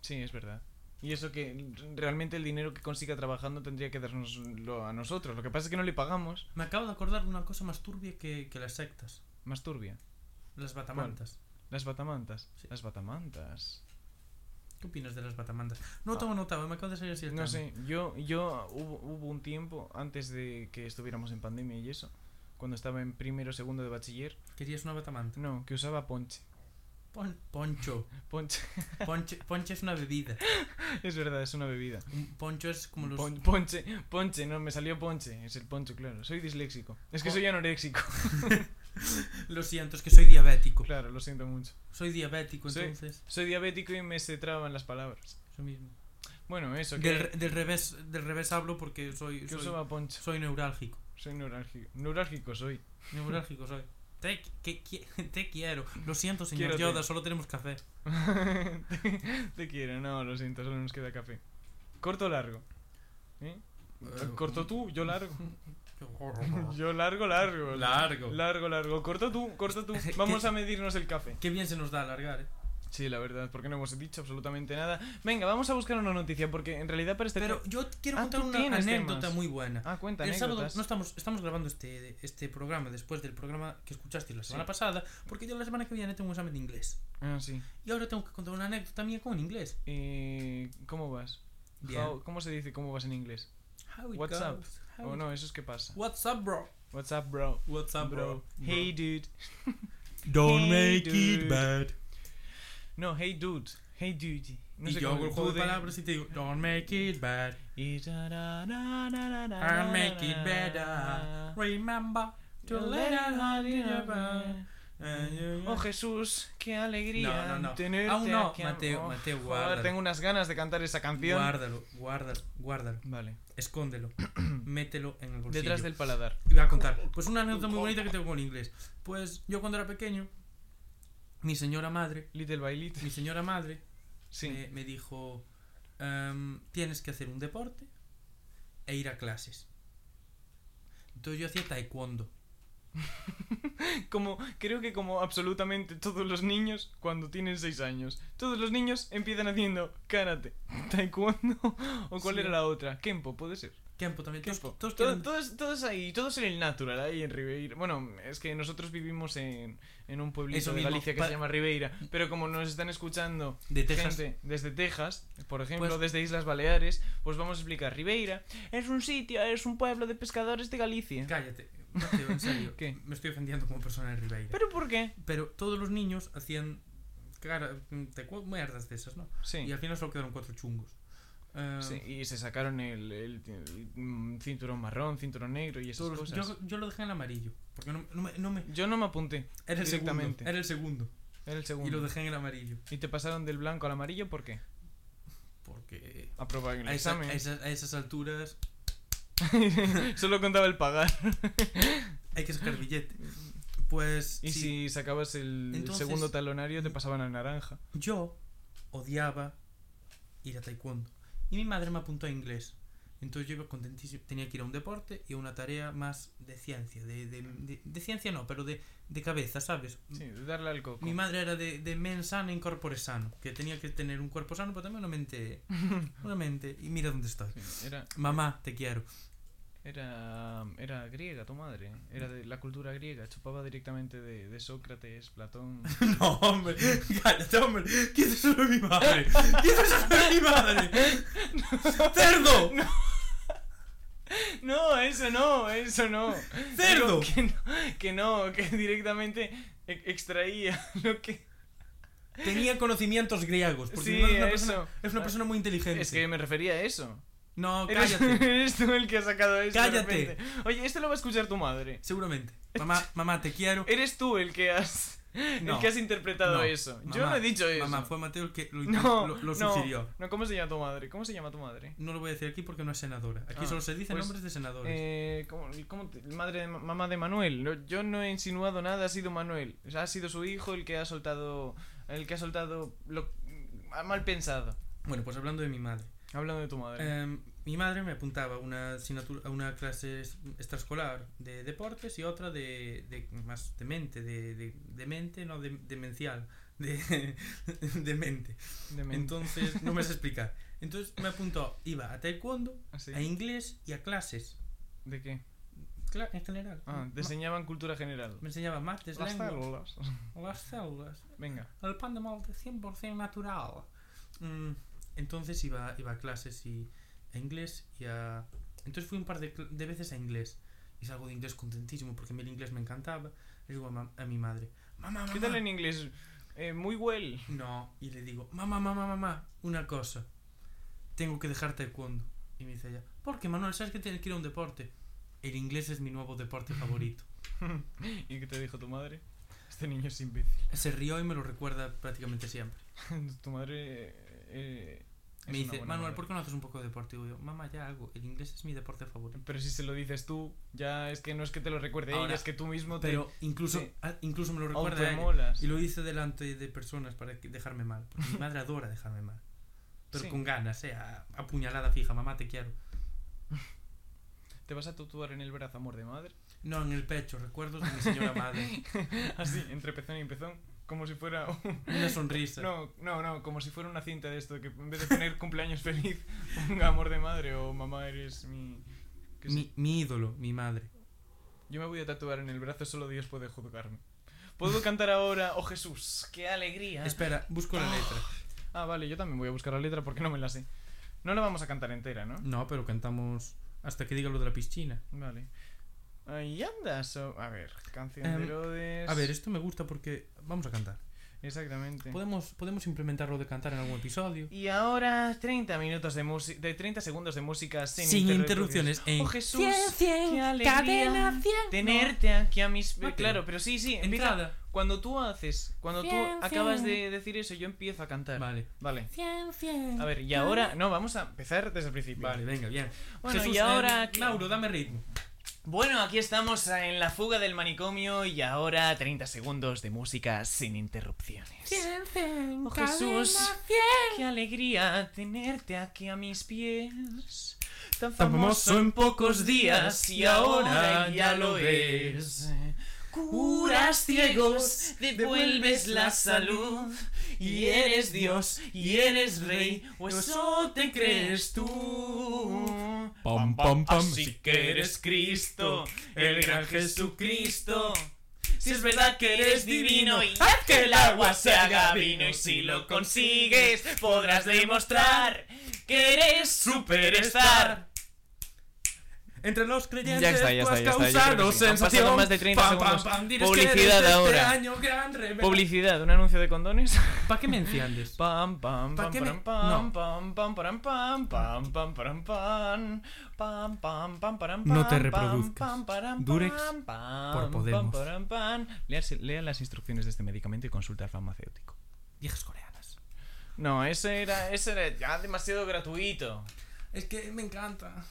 [SPEAKER 1] Sí, es verdad. Y eso que realmente el dinero que consiga trabajando tendría que darnoslo a nosotros. Lo que pasa es que no le pagamos.
[SPEAKER 2] Me acabo de acordar de una cosa más turbia que, que las sectas.
[SPEAKER 1] Más turbia.
[SPEAKER 2] Las batamantas.
[SPEAKER 1] Las batamantas.
[SPEAKER 2] Sí.
[SPEAKER 1] Las batamantas.
[SPEAKER 2] ¿Qué opinas de las batamantas? No
[SPEAKER 1] Ah.
[SPEAKER 2] tomo nota, me acabo de salir así el
[SPEAKER 1] No
[SPEAKER 2] tema.
[SPEAKER 1] sé, yo, yo hubo, hubo un tiempo antes de que estuviéramos en pandemia y eso, cuando estaba en primero o segundo de bachiller,
[SPEAKER 2] ¿Querías una batamanta?
[SPEAKER 1] no, que usaba ponche.
[SPEAKER 2] Pon- poncho.
[SPEAKER 1] Ponche, <laughs>
[SPEAKER 2] Ponche, ponche es una bebida.
[SPEAKER 1] es verdad, es una bebida.
[SPEAKER 2] Un poncho es como los.
[SPEAKER 1] Pon- ponche, ponche, no, me salió ponche, es el poncho, claro. Soy disléxico. Es que
[SPEAKER 2] Pon-
[SPEAKER 1] soy anoréxico. <laughs>
[SPEAKER 2] Lo siento, es que soy diabético.
[SPEAKER 1] Claro, lo siento mucho.
[SPEAKER 2] Soy diabético,
[SPEAKER 1] Sí.
[SPEAKER 2] entonces.
[SPEAKER 1] Soy diabético y me se traban las palabras.
[SPEAKER 2] Eso mismo.
[SPEAKER 1] Bueno, eso, que,
[SPEAKER 2] Del, re- del revés, del revés hablo porque soy.
[SPEAKER 1] que
[SPEAKER 2] Soy,
[SPEAKER 1] usaba ponche.
[SPEAKER 2] soy neurálgico.
[SPEAKER 1] Soy neurálgico. Neurálgico soy. <laughs>
[SPEAKER 2] Neurálgico soy. Te, que- que- te quiero. Lo siento, señor
[SPEAKER 1] Quiérate.
[SPEAKER 2] Yoda, solo tenemos
[SPEAKER 1] <laughs>
[SPEAKER 2] café.
[SPEAKER 1] te, te quiero, no, lo siento, solo nos queda café. Corto o largo. ¿Eh?
[SPEAKER 2] Eh,
[SPEAKER 1] Corto tú, yo largo. Yo largo, largo.
[SPEAKER 2] Largo.
[SPEAKER 1] Largo, largo. Corto tú, corto
[SPEAKER 2] <laughs>
[SPEAKER 1] tú. Vamos a medirnos el café.
[SPEAKER 2] Qué bien se nos da alargar, eh.
[SPEAKER 1] Sí, la verdad, porque no hemos dicho absolutamente nada. Venga, vamos a buscar una noticia, porque en realidad para este...
[SPEAKER 2] Pero yo quiero
[SPEAKER 1] Ah,
[SPEAKER 2] contar
[SPEAKER 1] tú
[SPEAKER 2] una
[SPEAKER 1] tienes
[SPEAKER 2] anécdota
[SPEAKER 1] temas.
[SPEAKER 2] muy buena.
[SPEAKER 1] Ah, cuenta,
[SPEAKER 2] El sábado
[SPEAKER 1] anécdotas.
[SPEAKER 2] no estamos, estamos grabando este, este programa después del programa que escuchaste la semana pasada, porque yo la semana que viene tengo un examen de inglés.
[SPEAKER 1] Ah, sí.
[SPEAKER 2] Y ahora tengo que contar una anécdota mía con inglés.
[SPEAKER 1] Eh, ¿Cómo vas?
[SPEAKER 2] Bien.
[SPEAKER 1] How- ¿Cómo se dice cómo vas en inglés?
[SPEAKER 2] How it
[SPEAKER 1] What's up?
[SPEAKER 2] goes, how
[SPEAKER 1] O
[SPEAKER 2] it-
[SPEAKER 1] no, eso es que pasa.
[SPEAKER 2] What's up, bro?
[SPEAKER 1] What's up, bro?
[SPEAKER 2] What's up, bro?
[SPEAKER 1] Hey, dude.
[SPEAKER 3] Don't
[SPEAKER 1] Hey,
[SPEAKER 3] make
[SPEAKER 1] dude.
[SPEAKER 3] it bad.
[SPEAKER 1] No, hey, dude. Hey, dude. No
[SPEAKER 2] y
[SPEAKER 1] sé
[SPEAKER 2] yo
[SPEAKER 1] cómo-
[SPEAKER 2] hago el juego de
[SPEAKER 1] dude.
[SPEAKER 2] palabras y te digo, don't make it bad,
[SPEAKER 1] Y da, da, da, da, da, da,
[SPEAKER 2] I'll make
[SPEAKER 1] da,
[SPEAKER 2] it
[SPEAKER 1] da,
[SPEAKER 2] better.
[SPEAKER 1] da.
[SPEAKER 2] Remember to let it hard in your mind. And you-
[SPEAKER 1] Oh Jesús, qué alegría
[SPEAKER 2] No, no, no.
[SPEAKER 1] tenerte
[SPEAKER 2] Aún no,
[SPEAKER 1] aquí.
[SPEAKER 2] Mateo,
[SPEAKER 1] Oh,
[SPEAKER 2] Mateo,
[SPEAKER 1] joder,
[SPEAKER 2] guárdalo.
[SPEAKER 1] tengo unas ganas de cantar esa canción.
[SPEAKER 2] Guárdalo, guárdalo, guárdalo.
[SPEAKER 1] Vale,
[SPEAKER 2] <clears throat> Escóndelo, mételo en el bolsillo.
[SPEAKER 1] detrás del paladar.
[SPEAKER 2] Y voy a contar. Pues una anécdota muy bonita que tengo con inglés. Pues yo cuando era pequeño, mi señora madre,
[SPEAKER 1] Little by little.
[SPEAKER 2] mi señora madre
[SPEAKER 1] Sí.
[SPEAKER 2] me, me dijo, "Em, tienes que hacer un deporte e ir a clases. Entonces yo hacía taekwondo.
[SPEAKER 1] Como, creo que como absolutamente todos los niños cuando tienen 6 años. Todos los niños empiezan haciendo karate, <laughs> taekwondo o cuál
[SPEAKER 2] Sí.
[SPEAKER 1] era la otra. Kenpo, puede ser.
[SPEAKER 2] Kempo también. Todos,
[SPEAKER 1] Kenpo.
[SPEAKER 2] todos
[SPEAKER 1] Todo-
[SPEAKER 2] quieren-
[SPEAKER 1] todos, todos ahí, todos en el natural, ahí en Ribeira. Bueno, es que nosotros vivimos en, en un pueblito
[SPEAKER 2] Eso
[SPEAKER 1] de
[SPEAKER 2] mismo,
[SPEAKER 1] Galicia que
[SPEAKER 2] pa-
[SPEAKER 1] se llama Ribeira. Pero como nos están escuchando
[SPEAKER 2] de Texas.
[SPEAKER 1] Gente desde Texas, por ejemplo,
[SPEAKER 2] Pues-
[SPEAKER 1] desde Islas Baleares, pues vamos a explicar. Ribeira es un sitio, es un pueblo de pescadores de Galicia.
[SPEAKER 2] Cállate, Mateo, en serio.
[SPEAKER 1] ¿eh? <laughs> ¿Qué?
[SPEAKER 2] Me estoy ofendiendo como persona en Ribeira.
[SPEAKER 1] ¿Pero
[SPEAKER 2] Pero,
[SPEAKER 1] por qué?
[SPEAKER 2] todos los niños hacían cara, taekwondo, mierdas de esas, ¿no? Y
[SPEAKER 1] Sí.
[SPEAKER 2] al final solo quedaron cuatro chungos. Em,
[SPEAKER 1] Sí, y se sacaron el, el- el, mm, cinturón marrón, cinturón negro y esas
[SPEAKER 2] Todos los-
[SPEAKER 1] cosas.
[SPEAKER 2] yo, yo lo dejé en amarillo. Porque no, no me, no me-
[SPEAKER 1] Yo no me apunté,
[SPEAKER 2] Era el segundo.
[SPEAKER 1] Directamente.
[SPEAKER 2] Era el segundo.
[SPEAKER 1] era el segundo.
[SPEAKER 2] Y lo dejé en el amarillo.
[SPEAKER 1] ¿Y te pasaron del blanco al amarillo, ¿por qué?
[SPEAKER 2] Porque.
[SPEAKER 1] Aprobar el
[SPEAKER 2] A, esa-
[SPEAKER 1] examen.
[SPEAKER 2] a esas- a esas alturas <laughs>
[SPEAKER 1] Solo contaba el pagar.
[SPEAKER 2] hay que sacar billete. Pues.
[SPEAKER 1] <laughs> Y
[SPEAKER 2] sí,
[SPEAKER 1] si sacabas el
[SPEAKER 2] Entonces- mm.
[SPEAKER 1] segundo talonario, te pasaban al naranja.
[SPEAKER 2] Yo odiaba ir a taekwondo. Y mi madre me apuntó a inglés. Entonces yo iba contentísimo. Tenía que ir a un deporte y a una tarea más de ciencia. De, de- de- de ciencia no, pero de, de cabeza, ¿sabes?
[SPEAKER 1] Sí, darle al coco.
[SPEAKER 2] Mm. Mi madre era de, de men sano en corpore sano, que tenía que tener un cuerpo sano, pero también una <laughs> mente. Una mente. Y mira dónde estoy.
[SPEAKER 1] Sí, era,
[SPEAKER 2] Mamá, te quiero.
[SPEAKER 1] Era, era griega tu madre, era de la cultura griega, chupaba directamente de, de Sócrates,
[SPEAKER 2] <laughs>
[SPEAKER 1] Platón.
[SPEAKER 2] <laughs>
[SPEAKER 1] <laughs>
[SPEAKER 2] No, hombre, cállate, hombre. ¿Quién es sobre mi madre? ¿Quién es sobre mi <laughs> madre? ¡Cerdo!
[SPEAKER 1] No, eso no, eso no.
[SPEAKER 2] ¡Cerdo!
[SPEAKER 1] Digo Que no, que no, que directamente e- extraía <laughs> lo que...
[SPEAKER 2] Tenía conocimientos griegos. Porque
[SPEAKER 1] Sí,
[SPEAKER 2] mi madre es una,
[SPEAKER 1] eso. Ah,
[SPEAKER 2] persona, es una persona muy inteligente.
[SPEAKER 1] Es que me refería a eso.
[SPEAKER 2] No,
[SPEAKER 1] Eres,
[SPEAKER 2] cállate.
[SPEAKER 1] <laughs> eres tú el que ha sacado eso. de
[SPEAKER 2] Cállate.
[SPEAKER 1] repente. Oye, esto lo va a escuchar tu madre.
[SPEAKER 2] Seguramente. Mamá, mamá, te quiero.
[SPEAKER 1] Eres tú el que has... el que has interpretado
[SPEAKER 2] no,
[SPEAKER 1] eso. Yo
[SPEAKER 2] mamá,
[SPEAKER 1] no he dicho eso.
[SPEAKER 2] Mamá, fue Mateo el que lo,
[SPEAKER 1] no,
[SPEAKER 2] lo- lo
[SPEAKER 1] no,
[SPEAKER 2] sugirió. No.
[SPEAKER 1] No, ¿cómo se llama tu madre? ¿Cómo se llama tu madre?
[SPEAKER 2] lo voy a decir aquí porque no es senadora. Aquí
[SPEAKER 1] Ah,
[SPEAKER 2] solo se dicen
[SPEAKER 1] pues,
[SPEAKER 2] nombres de senadores.
[SPEAKER 1] Eh, ¿cómo, cómo te- madre de, ma- mamá de Manuel? No, yo no he insinuado nada, ha sido Manuel. O sea, ha sido su hijo el que ha soltado. El que ha soltado. Lo, mal pensado.
[SPEAKER 2] Bueno, pues hablando de mi madre.
[SPEAKER 1] Hablando de tu madre.
[SPEAKER 2] Em, mi madre me apuntaba a una asignatura, a una clase es- extraescolar de deportes y otra de, de más de mente, de, de, de mente, no de, demencial, de, <laughs> de mente.
[SPEAKER 1] Demente.
[SPEAKER 2] Entonces, no me sé explicar. Entonces me apuntó, iba a taekwondo,
[SPEAKER 1] Ah, sí.
[SPEAKER 2] a inglés y a clases,
[SPEAKER 1] ¿De qué?
[SPEAKER 2] cla- en general.
[SPEAKER 1] Ah, te
[SPEAKER 2] Mm, Ma-
[SPEAKER 1] enseñaban cultura general.
[SPEAKER 2] me enseñaba mates,
[SPEAKER 1] Las
[SPEAKER 2] lengua,
[SPEAKER 1] células.
[SPEAKER 2] las células,
[SPEAKER 1] Venga.
[SPEAKER 2] el pan de molde 100% natural. Mm, entonces iba, iba a clases y a inglés y a... Entonces fui un par de, cl- de veces a inglés. Y salgo de inglés contentísimo porque a mí el inglés me encantaba. Le digo a, ma- a mi madre, mamá, mamá.
[SPEAKER 1] ¿Qué tal en inglés? Eh, muy well.
[SPEAKER 2] No, y le digo, mamá, mamá, mamá, una cosa. Tengo que dejar taekwondo. Y me dice ella, ¿por qué, Manuel? ¿Sabes que tienes que ir a un deporte? El inglés es mi nuevo
[SPEAKER 1] <laughs>
[SPEAKER 2] deporte favorito.
[SPEAKER 1] ¿Y qué te dijo tu madre? Este niño es imbécil. <laughs>
[SPEAKER 2] Se rió y me lo recuerda prácticamente siempre.
[SPEAKER 1] tu madre. eh, es una
[SPEAKER 2] Me dice,
[SPEAKER 1] buena
[SPEAKER 2] Manuel,
[SPEAKER 1] madre.
[SPEAKER 2] ¿por qué no haces un poco de deporte? Y yo, mamá, ya hago. El inglés es mi deporte favorito.
[SPEAKER 1] Pero si se lo dices tú, ya es que no es que te lo recuerde
[SPEAKER 2] Ahora,
[SPEAKER 1] ella, es que tú mismo te
[SPEAKER 2] Pero incluso,
[SPEAKER 1] sí.
[SPEAKER 2] ah, incluso me lo recuerda a ella.
[SPEAKER 1] automolas.
[SPEAKER 2] Y lo hice delante de personas para que- dejarme mal. Porque mi madre adora dejarme mal. Pero
[SPEAKER 1] Sí.
[SPEAKER 2] con ganas, eh. a- a puñalada fija, mamá, te quiero.
[SPEAKER 1] ¿Te vas a tatuar en el brazo, amor de madre? <laughs>
[SPEAKER 2] No, en el pecho, recuerdos de mi señora madre.
[SPEAKER 1] Así, entre pezón y pezón, como si fuera... un-
[SPEAKER 2] Una sonrisa.
[SPEAKER 1] No, no, no, como si fuera una cinta de esto, que en vez de poner cumpleaños feliz, <laughs> ponga amor de madre o mamá eres mi... que sé.
[SPEAKER 2] mi, mi ídolo, mi madre.
[SPEAKER 1] Yo me voy a tatuar en el brazo, solo Dios puede juzgarme. ¿Puedo cantar ahora, oh Jesús, qué alegría?
[SPEAKER 2] Espera, busco
[SPEAKER 1] <gasps>
[SPEAKER 2] la letra.
[SPEAKER 1] Ah, vale, yo también voy a buscar la letra porque no me la sé. No la vamos a cantar entera, ¿no?
[SPEAKER 2] No, pero cantamos hasta que diga lo de la piscina.
[SPEAKER 1] Vale. Ahí andas. o- A ver, canción de
[SPEAKER 2] Em,
[SPEAKER 1] Herodes.
[SPEAKER 2] A ver, esto me gusta porque vamos a cantar.
[SPEAKER 1] Exactamente.
[SPEAKER 2] Podemos, podemos implementar lo de cantar en algún episodio.
[SPEAKER 1] Y ahora 30 minutos de música. De 30 segundos de música sin,
[SPEAKER 2] Sin interrupciones. en
[SPEAKER 1] Oh Jesús,
[SPEAKER 4] 100, 100,
[SPEAKER 1] qué alegría
[SPEAKER 4] cadena 100.
[SPEAKER 1] tenerte aquí a mis.
[SPEAKER 2] Mateo.
[SPEAKER 1] Claro, pero sí, sí. Empieza.
[SPEAKER 2] Entrada.
[SPEAKER 1] Cuando tú haces, cuando tú
[SPEAKER 4] Cien,
[SPEAKER 1] acabas de
[SPEAKER 4] cien.
[SPEAKER 1] decir eso, yo empiezo a cantar.
[SPEAKER 2] Vale.
[SPEAKER 1] Vale.
[SPEAKER 4] 100, 100.
[SPEAKER 1] A ver, y ahora. No, vamos a empezar desde el principio.
[SPEAKER 2] Vale, venga, bien.
[SPEAKER 1] Bueno,
[SPEAKER 2] Jesús,
[SPEAKER 1] y ahora.
[SPEAKER 2] eh, Lauro, dame ritmo.
[SPEAKER 1] Bueno, aquí estamos en la fuga del manicomio y ahora 30 segundos de música sin interrupciones.
[SPEAKER 4] 100, 100,
[SPEAKER 1] Oh, Jesús.
[SPEAKER 4] cadena
[SPEAKER 1] Qué alegría tenerte aquí a mis pies. Tan
[SPEAKER 2] Tan
[SPEAKER 1] famoso en pocos días y ahora ya lo
[SPEAKER 2] ves.
[SPEAKER 1] es. Curas ciegos, devuelves la salud y eres Dios y eres rey, o eso te crees tú.
[SPEAKER 2] Pam, pam, pam.
[SPEAKER 1] Así que eres Cristo, el gran Jesucristo. Si es verdad que eres divino y haz que el agua se haga vino y si lo consigues podrás demostrar que eres superstar.
[SPEAKER 2] Entre los creyentes
[SPEAKER 1] Ya está, ya está,
[SPEAKER 2] tú has
[SPEAKER 1] ya está, yo creo
[SPEAKER 2] causado
[SPEAKER 1] que sí. Han pasado
[SPEAKER 2] sensación.
[SPEAKER 1] más de 30
[SPEAKER 2] Pam, pam,
[SPEAKER 1] segundos.
[SPEAKER 2] pam, diles que
[SPEAKER 1] Publicidad
[SPEAKER 2] eres de este
[SPEAKER 1] ahora.
[SPEAKER 2] año gran rebelde.
[SPEAKER 1] Publicidad, un anuncio de condones.
[SPEAKER 2] ¿Para qué me enciendes?
[SPEAKER 1] Pam pam
[SPEAKER 2] ¿Pa
[SPEAKER 1] pam
[SPEAKER 2] qué me-
[SPEAKER 1] param, pam
[SPEAKER 2] No.
[SPEAKER 1] pam pam param, pam pam pam param, pam pam pam pam param,
[SPEAKER 2] No te
[SPEAKER 1] pam,
[SPEAKER 2] reproduzcas.
[SPEAKER 1] pam, param,
[SPEAKER 2] Durex
[SPEAKER 1] pam, pam,
[SPEAKER 2] por Podemos.
[SPEAKER 1] pam, param, pam. Lea, lea las instrucciones de este medicamento y consulta al farmacéutico.
[SPEAKER 2] Viejas coreanas.
[SPEAKER 1] No, ese era, ese era ya demasiado gratuito.
[SPEAKER 2] Es que me encanta.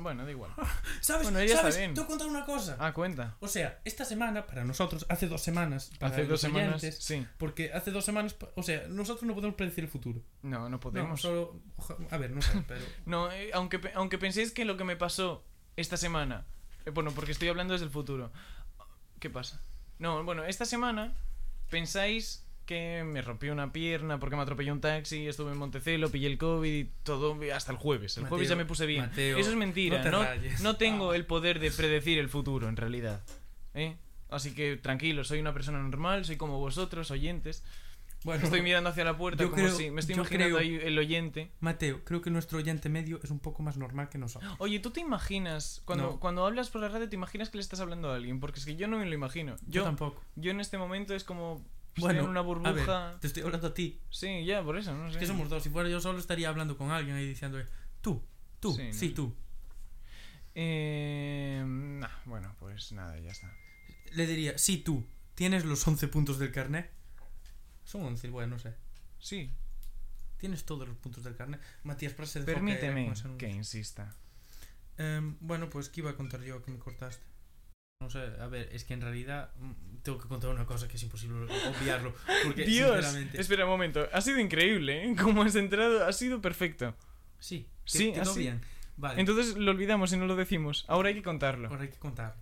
[SPEAKER 1] Bueno, da igual.
[SPEAKER 2] ¿Sabes?
[SPEAKER 1] Bueno, ya está
[SPEAKER 2] ¿Sabes?
[SPEAKER 1] bien.
[SPEAKER 2] Te voy a contar una cosa.
[SPEAKER 1] Ah, cuenta.
[SPEAKER 2] O sea, esta semana, para nosotros, hace dos semanas. para
[SPEAKER 1] Hace
[SPEAKER 2] los
[SPEAKER 1] dos semanas.
[SPEAKER 2] oyentes,
[SPEAKER 1] Sí.
[SPEAKER 2] Porque hace dos semanas, o sea, nosotros no podemos predecir el futuro.
[SPEAKER 1] No, no
[SPEAKER 2] No,
[SPEAKER 1] podemos. No,
[SPEAKER 2] solo. oja- A ver, no sé,
[SPEAKER 1] <laughs>
[SPEAKER 2] pero.
[SPEAKER 1] eh, aunque, pe- aunque penséis que lo que me pasó esta semana. eh, bueno, porque estoy hablando desde el futuro. ¿Qué pasa? No, bueno, esta semana pensáis que me rompí una pierna porque me atropelló un taxi, estuve en Montecelo, pillé el COVID y todo hasta el jueves. El
[SPEAKER 2] Mateo,
[SPEAKER 1] jueves ya me puse bien.
[SPEAKER 2] Mateo,
[SPEAKER 1] Eso es mentira.
[SPEAKER 2] no te
[SPEAKER 1] No,
[SPEAKER 2] rayes. Ah.
[SPEAKER 1] no tengo el poder de predecir el futuro, en realidad. ¿Eh? Así que tranquilo, soy una persona normal, soy como vosotros, oyentes.
[SPEAKER 2] Bueno,
[SPEAKER 1] Estoy mirando hacia la puerta
[SPEAKER 2] Yo
[SPEAKER 1] como
[SPEAKER 2] creo-
[SPEAKER 1] si me estoy
[SPEAKER 2] yo
[SPEAKER 1] imaginando
[SPEAKER 2] creo-
[SPEAKER 1] ahí el oyente.
[SPEAKER 2] Mateo, creo que nuestro oyente medio es un poco más normal que nosotros.
[SPEAKER 1] Oye, ¿tú te imaginas? Cuando,
[SPEAKER 2] No.
[SPEAKER 1] cuando hablas por la radio, ¿te imaginas que le estás hablando a alguien? Porque es que yo no me lo imagino.
[SPEAKER 2] Yo,
[SPEAKER 1] Yo,
[SPEAKER 2] tampoco.
[SPEAKER 1] yo en este momento es como. Bueno,
[SPEAKER 2] Bueno,
[SPEAKER 1] en una
[SPEAKER 2] A
[SPEAKER 1] burbuja.
[SPEAKER 2] ver, te estoy hablando a ti.
[SPEAKER 1] Sí, ya, por eso, no sé.
[SPEAKER 2] Es que somos dos. Si fuera yo solo, estaría hablando con alguien ahí diciéndole, tú, tú,
[SPEAKER 1] Sí,
[SPEAKER 2] sí,
[SPEAKER 1] no.
[SPEAKER 2] tú.
[SPEAKER 1] Eh, nah, bueno, pues nada, ya está.
[SPEAKER 2] Le diría, sí, tú. ¿Tienes los 11 puntos del carnet? Son 11, bueno, no sé.
[SPEAKER 1] Sí,
[SPEAKER 2] Tienes todos los puntos del carnet. Matías, para ser
[SPEAKER 1] permíteme que insista.
[SPEAKER 2] Em, bueno, pues ¿qué iba a contar yo que me cortaste? No sé, a ver, es que en realidad mm, tengo que contar una cosa que es imposible obviarlo.
[SPEAKER 1] <laughs>
[SPEAKER 2] Porque,
[SPEAKER 1] Dios,
[SPEAKER 2] sinceramente,
[SPEAKER 1] espera un momento. Ha sido increíble, ¿eh? <laughs> Como has entrado, ha sido perfecto.
[SPEAKER 2] sí, que-
[SPEAKER 1] Sí,
[SPEAKER 2] quedó
[SPEAKER 1] así.
[SPEAKER 2] bien. Vale,
[SPEAKER 1] Entonces lo olvidamos y no lo decimos. Ahora hay que contarlo.
[SPEAKER 2] ahora hay que contar.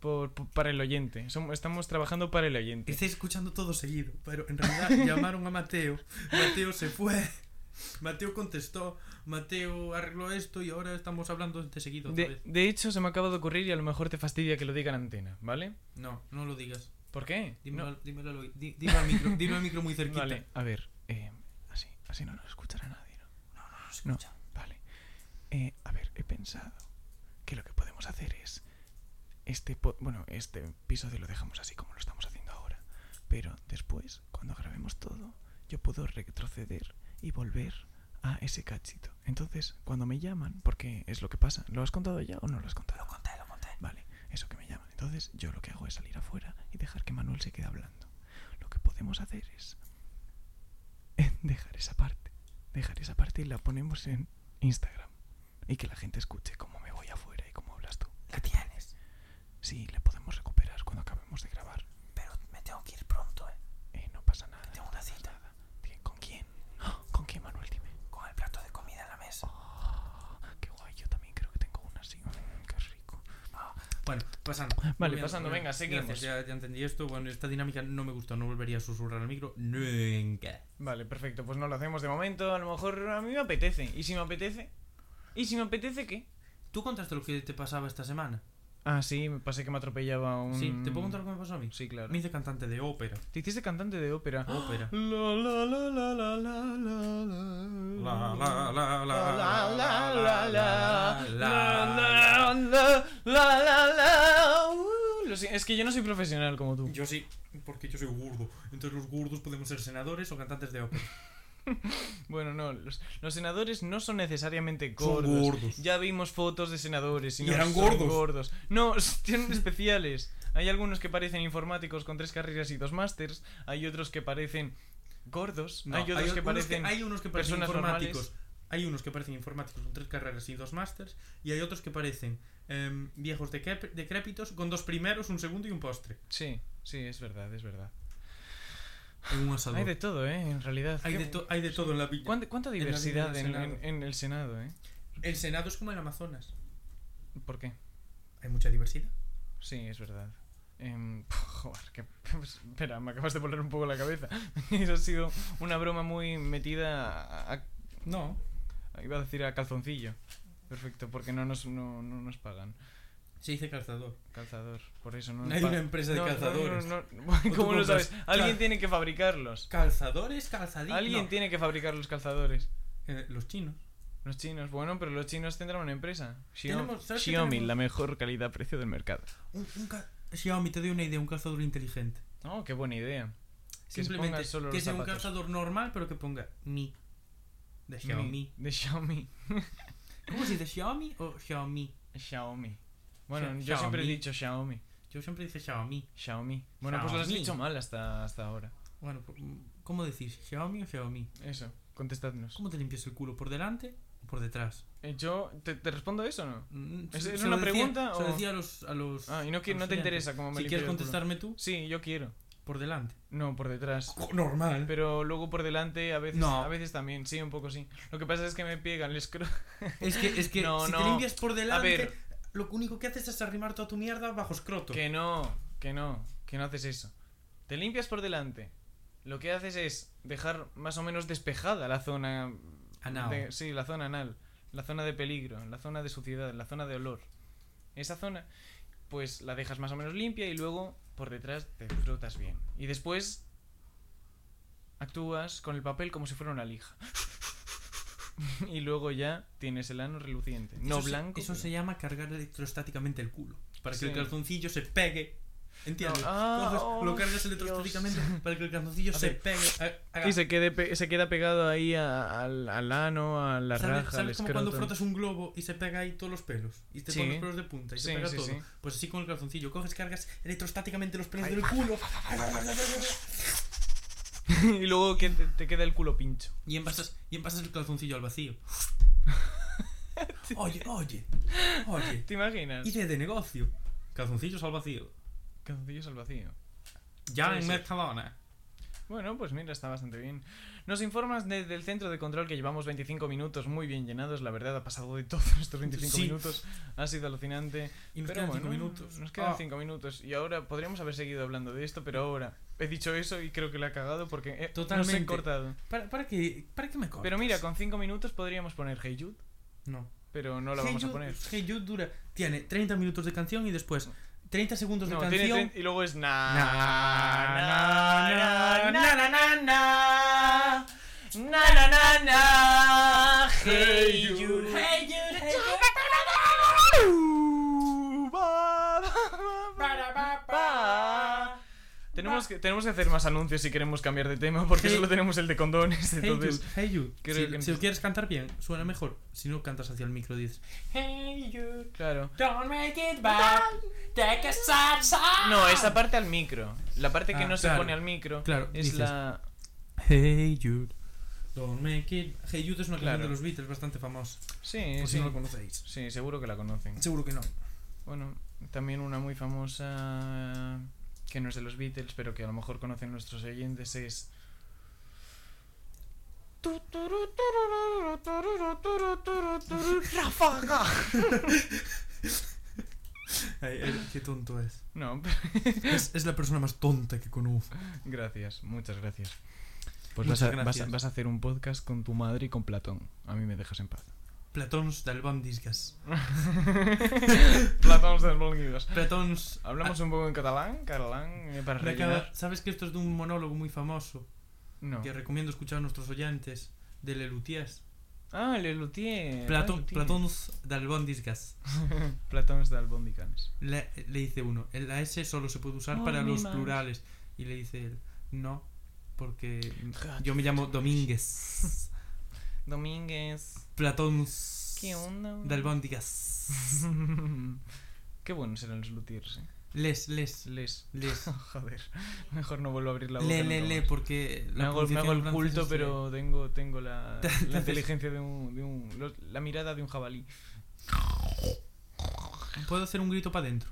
[SPEAKER 1] Por, por- para el oyente. Som- estamos trabajando para el oyente.
[SPEAKER 2] Estáis escuchando todo seguido, pero en realidad <laughs> llamaron a Mateo. Mateo se fue. Mateo contestó. Mateo arregló esto y ahora estamos hablando de seguido. otra
[SPEAKER 1] De,
[SPEAKER 2] vez.
[SPEAKER 1] de hecho, se me acaba de ocurrir y a lo mejor te fastidia que lo diga en antena, ¿vale?
[SPEAKER 2] No, no lo digas.
[SPEAKER 1] ¿Por qué?
[SPEAKER 2] Dímelo,
[SPEAKER 1] No.
[SPEAKER 2] al- dímelo al, oí- di- dilo al micro, dilo al micro muy cerquita.
[SPEAKER 1] Vale, a ver. eh, así, así no lo escuchará nadie, ¿no?
[SPEAKER 2] Ah,
[SPEAKER 1] No, vale. Eh, a ver, he pensado que lo que podemos hacer es. Este, po- bueno, este episodio lo dejamos así como lo estamos haciendo ahora. Pero después, cuando grabemos todo, yo puedo retroceder y volver a ese cachito. Entonces, cuando me llaman, porque es lo que pasa, ¿lo has contado ya o no lo has contado? Lo conté, lo conté. Vale, eso que me llaman. Entonces, yo lo que hago es salir afuera y dejar que Manuel se quede hablando. Lo que podemos hacer es <laughs> dejar esa parte dejar esa parte y la ponemos en Instagram. Y que la gente escuche cómo me voy afuera y cómo hablas tú.
[SPEAKER 5] ¿La tienes?
[SPEAKER 1] Sí, la podemos recuperar cuando acabemos de grabar.
[SPEAKER 5] Pero me tengo que ir pronto, ¿eh?
[SPEAKER 1] Eh, no pasa nada.
[SPEAKER 5] Tengo una cita
[SPEAKER 1] Bien, ¿Con quién? Ah, ¿Con quién, Manuel? Dime. Ah,
[SPEAKER 5] con el plato de comida en la mesa.
[SPEAKER 1] Qué guay, yo también creo que tengo una así. Mm, qué rico.
[SPEAKER 2] Bueno, pasando.
[SPEAKER 1] Vale,
[SPEAKER 2] Volviendo,
[SPEAKER 1] pasando, venga,
[SPEAKER 2] gracias,
[SPEAKER 1] seguimos.
[SPEAKER 2] ya, ya entendí esto. Bueno, esta dinámica no me gustó, no volvería a susurrar al micro. Nunca.
[SPEAKER 1] Vale, perfecto. Pues no lo hacemos de momento. A lo mejor a mí me apetece. ¿Y si me apetece? ¿Y si me apetece qué?
[SPEAKER 2] ¿Tú contaste lo que te pasaba esta semana?
[SPEAKER 1] Ah, sí, me pasé que me atropellaba un...
[SPEAKER 2] Sí, ¿te puedo contar lo que me pasó a mí?
[SPEAKER 1] Mm. Sí, claro.
[SPEAKER 2] Me hice cantante de ópera.
[SPEAKER 1] Te hiciste cantante de ópera.
[SPEAKER 2] Ópera.
[SPEAKER 1] La, la, la, la, la, la, la,
[SPEAKER 2] La, la, la,
[SPEAKER 1] La,
[SPEAKER 2] la,
[SPEAKER 1] la, la, la,
[SPEAKER 2] la,
[SPEAKER 1] la, la, la, la, la. Uh, lo si- Es que yo no soy profesional como tú.
[SPEAKER 2] Yo sí, porque yo soy gordo. Entonces los gordos podemos ser senadores o cantantes de ópera.
[SPEAKER 1] Bueno, no, los, los senadores no son necesariamente
[SPEAKER 2] Son
[SPEAKER 1] gordos.
[SPEAKER 2] gordos.
[SPEAKER 1] Ya vimos fotos de senadores y,
[SPEAKER 2] Y
[SPEAKER 1] no
[SPEAKER 2] eran
[SPEAKER 1] son
[SPEAKER 2] gordos.
[SPEAKER 1] gordos. No, <laughs> tienen especiales. Hay algunos que parecen informáticos con tres carreras y dos másters. Hay otros que parecen gordos.
[SPEAKER 2] No,
[SPEAKER 1] hay otros que
[SPEAKER 2] algunos
[SPEAKER 1] parecen.
[SPEAKER 2] hay unos que parecen
[SPEAKER 1] personas
[SPEAKER 2] informáticos.
[SPEAKER 1] normales.
[SPEAKER 2] Hay unos que parecen informáticos con tres carreras y dos másters. Y hay otros que parecen em, viejos decrép- decrépitos con dos primeros, un segundo y un postre.
[SPEAKER 1] Sí, sí, es verdad, es verdad.
[SPEAKER 2] En un
[SPEAKER 1] Hay de todo, ¿eh? En realidad.
[SPEAKER 2] Hay
[SPEAKER 1] Qué-
[SPEAKER 2] de, to- hay de todo en la villa.
[SPEAKER 1] ¿Cuánta, cuánta
[SPEAKER 2] En la vida
[SPEAKER 1] diversidad
[SPEAKER 2] del
[SPEAKER 1] en,
[SPEAKER 2] Senado.
[SPEAKER 1] en- en el Senado, eh?
[SPEAKER 2] El Senado es como el Amazonas.
[SPEAKER 1] ¿Por qué?
[SPEAKER 2] Hay mucha diversidad.
[SPEAKER 1] Sí, es verdad. Em, <laughs> joder, que, pues, espera, me acabas de volar un poco la cabeza. <laughs> Eso ha sido una broma muy metida a,
[SPEAKER 2] No.
[SPEAKER 1] a- Iba a decir a calzoncillo. Perfecto, porque no nos, no, no nos pagan.
[SPEAKER 2] Se dice calzador.
[SPEAKER 1] Calzador, por eso no
[SPEAKER 2] No
[SPEAKER 1] nos
[SPEAKER 2] hay
[SPEAKER 1] pa-
[SPEAKER 2] una empresa de
[SPEAKER 1] No, no, no,
[SPEAKER 2] calzadores.
[SPEAKER 1] no, no.
[SPEAKER 2] tú
[SPEAKER 1] ¿Cómo lo
[SPEAKER 2] compras
[SPEAKER 1] sabes? Alguien
[SPEAKER 2] cal-
[SPEAKER 1] tiene que fabricarlos.
[SPEAKER 2] Calzadores, calzadillos.
[SPEAKER 1] Alguien tiene que fabricar los calzadores.
[SPEAKER 2] los chinos.
[SPEAKER 1] Los chinos, bueno, pero los chinos tendrán una empresa. Xiao-
[SPEAKER 2] Tenemos- ¿sabes qué
[SPEAKER 1] Xiaomi,
[SPEAKER 2] tenemos?
[SPEAKER 1] la mejor calidad-precio del mercado.
[SPEAKER 2] Un, un ca- Xiaomi te doy una idea, un calzador inteligente.
[SPEAKER 1] Oh, qué buena idea. Que se
[SPEAKER 2] Simplemente
[SPEAKER 1] pongan solo
[SPEAKER 2] que
[SPEAKER 1] los
[SPEAKER 2] sea un
[SPEAKER 1] zapatos.
[SPEAKER 2] calzador normal, pero que ponga mi. De Xiaomi.
[SPEAKER 1] De Xiaomi.
[SPEAKER 2] ¿Cómo se dice Xiaomi o Xiaomi?
[SPEAKER 1] Xiaomi. Bueno,
[SPEAKER 2] Xia-
[SPEAKER 1] yo siempre he
[SPEAKER 2] Xiaomi.
[SPEAKER 1] dicho Xiaomi.
[SPEAKER 2] Yo siempre dice Xiaomi.
[SPEAKER 1] Xiaomi. Bueno, pues lo has
[SPEAKER 2] Xiaomi.
[SPEAKER 1] dicho mal hasta, hasta ahora.
[SPEAKER 2] Bueno, pues, ¿cómo decís? ¿Xiaomi o Xiaomi?
[SPEAKER 1] Eso, contestadnos.
[SPEAKER 2] ¿Cómo te limpias el culo? ¿Por delante o por detrás?
[SPEAKER 1] Eh, Yo, ¿te, te respondo eso o no?
[SPEAKER 2] Mm,
[SPEAKER 1] ¿Es-
[SPEAKER 2] se-
[SPEAKER 1] es
[SPEAKER 2] se lo
[SPEAKER 1] una pregunta
[SPEAKER 2] Se lo
[SPEAKER 1] o-
[SPEAKER 2] decía a los. A los
[SPEAKER 1] Ah, y no,
[SPEAKER 2] a
[SPEAKER 1] qui-
[SPEAKER 2] los
[SPEAKER 1] no te
[SPEAKER 2] oyentes.
[SPEAKER 1] interesa cómo me
[SPEAKER 2] Si
[SPEAKER 1] limpio
[SPEAKER 2] quieres
[SPEAKER 1] el culo.
[SPEAKER 2] contestarme tú,
[SPEAKER 1] Sí, yo quiero.
[SPEAKER 2] por delante.
[SPEAKER 1] No, por detrás.
[SPEAKER 2] Normal.
[SPEAKER 1] Pero luego por delante a veces,
[SPEAKER 2] No.
[SPEAKER 1] a veces también, sí, un poco sí. Lo que pasa es que me pegan el escro...
[SPEAKER 2] Es que, es que
[SPEAKER 1] No,
[SPEAKER 2] si te
[SPEAKER 1] no.
[SPEAKER 2] limpias por delante,
[SPEAKER 1] ver.
[SPEAKER 2] lo único que haces es arrimar toda tu mierda bajo escroto.
[SPEAKER 1] Que no, que no, que no haces eso. Te limpias por delante. Lo que haces es dejar más o menos despejada la zona.
[SPEAKER 2] Anal.
[SPEAKER 1] de- sí, la zona anal. La zona de peligro, la zona de suciedad, la zona de olor. Esa zona, pues la dejas más o menos limpia y luego por detrás te frotas bien. Y después actúas con el papel como si fuera una lija. <laughs> y luego ya tienes el ano reluciente. No
[SPEAKER 2] Eso se-
[SPEAKER 1] blanco.
[SPEAKER 2] Eso
[SPEAKER 1] pero-
[SPEAKER 2] se llama cargar electrostáticamente el culo. Para que
[SPEAKER 1] Sí.
[SPEAKER 2] el calzoncillo se pegue ¿Entiendes?
[SPEAKER 1] No, ah,
[SPEAKER 2] Coges,
[SPEAKER 1] oh,
[SPEAKER 2] lo cargas electrostáticamente para que el calzoncillo
[SPEAKER 1] A
[SPEAKER 2] se
[SPEAKER 1] ver.
[SPEAKER 2] pegue. a- haga-
[SPEAKER 1] Y se, quede pe- se queda pegado ahí a- al, al ano, a la
[SPEAKER 2] ¿Sabes,
[SPEAKER 1] raja,
[SPEAKER 2] sabes
[SPEAKER 1] al
[SPEAKER 2] como
[SPEAKER 1] escroto.
[SPEAKER 2] cuando frotas un globo y se pega ahí todos los pelos? Y te
[SPEAKER 1] Sí.
[SPEAKER 2] ponen los pelos de punta y se
[SPEAKER 1] Sí,
[SPEAKER 2] pega
[SPEAKER 1] sí,
[SPEAKER 2] todo.
[SPEAKER 1] sí.
[SPEAKER 2] Pues así con el calzoncillo. Coges, cargas electrostáticamente los pelos del
[SPEAKER 1] <laughs>
[SPEAKER 2] culo.
[SPEAKER 1] <laughs> y luego que te, te queda el culo pincho.
[SPEAKER 2] Y envasas, y envasas el calzoncillo al vacío. oye, oye, <laughs> oye.
[SPEAKER 1] ¿Te imaginas?
[SPEAKER 2] Idea de negocio. Calzoncillos al vacío.
[SPEAKER 1] Calzoncillos al vacío.
[SPEAKER 2] Ya
[SPEAKER 1] Puede
[SPEAKER 2] en
[SPEAKER 1] ser.
[SPEAKER 2] Mercadona.
[SPEAKER 1] Bueno, pues mira, está bastante bien. Nos informas desde el centro de control que llevamos 25 minutos muy bien llenados. La verdad, ha pasado de todo estos 25
[SPEAKER 2] Sí.
[SPEAKER 1] minutos. Ha sido alucinante.
[SPEAKER 2] Y
[SPEAKER 1] Pero
[SPEAKER 2] nos quedan
[SPEAKER 1] bueno,
[SPEAKER 2] cinco minutos.
[SPEAKER 1] Nos quedan
[SPEAKER 2] Ah.
[SPEAKER 1] 5 minutos. Y ahora podríamos haber seguido hablando de esto, pero ahora he dicho eso y creo que lo ha cagado porque eh, nos
[SPEAKER 2] Totalmente. Pues-
[SPEAKER 1] he cortado.
[SPEAKER 2] ¿Para, para, qué, ¿Para qué me cortas?
[SPEAKER 1] Pero mira, con 5 minutos podríamos poner Hey Jude,
[SPEAKER 2] No.
[SPEAKER 1] pero no la
[SPEAKER 2] Hey
[SPEAKER 1] vamos a
[SPEAKER 2] Jude-
[SPEAKER 1] poner.
[SPEAKER 2] Hey Jude dura. Tiene 30 minutos de canción y después 30 segundos de
[SPEAKER 1] No, tiene
[SPEAKER 2] canción.
[SPEAKER 1] tre- y luego es na
[SPEAKER 2] na,
[SPEAKER 1] na, na,
[SPEAKER 2] na,
[SPEAKER 1] na. Na, na, na, na. Hey Jude.
[SPEAKER 4] Hey, Jude, hey, Jude.
[SPEAKER 1] Ba, ba, ba, ba, ba. Tenemos que, tenemos que hacer más anuncios si queremos cambiar de tema, porque
[SPEAKER 2] Hey.
[SPEAKER 1] solo tenemos el de condones.
[SPEAKER 2] Hey
[SPEAKER 1] Entonces,
[SPEAKER 2] Jude, hey Jude.
[SPEAKER 1] creo
[SPEAKER 2] si,
[SPEAKER 1] que
[SPEAKER 2] si
[SPEAKER 1] no-
[SPEAKER 2] lo quieres cantar bien, suena mejor. Si no, cantas hacia el micro y dices.
[SPEAKER 4] Hey, Jude.
[SPEAKER 1] claro.
[SPEAKER 4] Don't make it back. Take a sad side.
[SPEAKER 1] No, esa parte al micro. La parte que
[SPEAKER 2] Ah,
[SPEAKER 1] no se
[SPEAKER 2] claro.
[SPEAKER 1] pone al micro
[SPEAKER 2] Claro,
[SPEAKER 1] es
[SPEAKER 2] dices,
[SPEAKER 1] la.
[SPEAKER 2] Hey Jude. Don't make it. Hey Jude es una
[SPEAKER 1] Claro.
[SPEAKER 2] canción de los Beatles bastante famosa.
[SPEAKER 1] Sí,
[SPEAKER 2] Por
[SPEAKER 1] sí.
[SPEAKER 2] Pues si no la conocéis.
[SPEAKER 1] Sí, seguro que la conocen.
[SPEAKER 2] Seguro que no.
[SPEAKER 1] Bueno, también una muy famosa que no es de los Beatles, pero que a lo mejor conocen nuestros oyentes es.
[SPEAKER 5] ¡Ráfaga!
[SPEAKER 2] Ay, ay, qué tonto es.
[SPEAKER 1] No, <laughs>
[SPEAKER 2] es. es la persona más tonta que conozco.
[SPEAKER 1] gracias, muchas gracias. Pues
[SPEAKER 2] Muchas
[SPEAKER 1] vas, a,
[SPEAKER 2] gracias.
[SPEAKER 1] vas a- vas a hacer un podcast con tu madre y con Platón. A mí me dejas en paz.
[SPEAKER 2] Platóns del Bam Disgas.
[SPEAKER 1] Platón de los Bolguidos.
[SPEAKER 2] Platóns.
[SPEAKER 1] Hablamos un poco en catalán, catalán, eh, para
[SPEAKER 2] Ah, me acaba-
[SPEAKER 1] rellenar.
[SPEAKER 2] ¿Sabes que esto es de un monólogo muy famoso?
[SPEAKER 1] No.
[SPEAKER 2] Que recomiendo escuchar a nuestros oyentes. De Lelutiers.
[SPEAKER 1] Ah, Le Luthier.
[SPEAKER 2] Platón, Platóns del Bam Disgas.
[SPEAKER 1] <laughs> Platón de Albondicanes.
[SPEAKER 2] Le, le dice uno, el- la S solo se puede usar
[SPEAKER 4] Ay,
[SPEAKER 2] para
[SPEAKER 4] mi
[SPEAKER 2] los
[SPEAKER 4] madre.
[SPEAKER 2] plurales. Y le dice él, no, porque yo me llamo Domínguez.
[SPEAKER 1] Domínguez.
[SPEAKER 2] Platón
[SPEAKER 1] ¿Qué onda?
[SPEAKER 2] del <laughs> Bóndigas.
[SPEAKER 1] Qué buenos eran los luthiers, eh.
[SPEAKER 2] Les, les,
[SPEAKER 1] <laughs> Les.
[SPEAKER 2] les.
[SPEAKER 1] Joder. Mejor no vuelvo a abrir la boca.
[SPEAKER 2] Le,
[SPEAKER 1] nunca
[SPEAKER 2] le, le,
[SPEAKER 1] más.
[SPEAKER 2] porque...
[SPEAKER 1] Me
[SPEAKER 2] la
[SPEAKER 1] hago, me hago el
[SPEAKER 2] pronunciación
[SPEAKER 1] culto,
[SPEAKER 2] francesa
[SPEAKER 1] pero tengo, tengo
[SPEAKER 2] <laughs>
[SPEAKER 1] la,
[SPEAKER 2] Te- te
[SPEAKER 1] la
[SPEAKER 2] haces-
[SPEAKER 1] inteligencia de un, de un- los- la mirada de un jabalí.
[SPEAKER 2] es- eh, Puedo hacer un grito para adentro.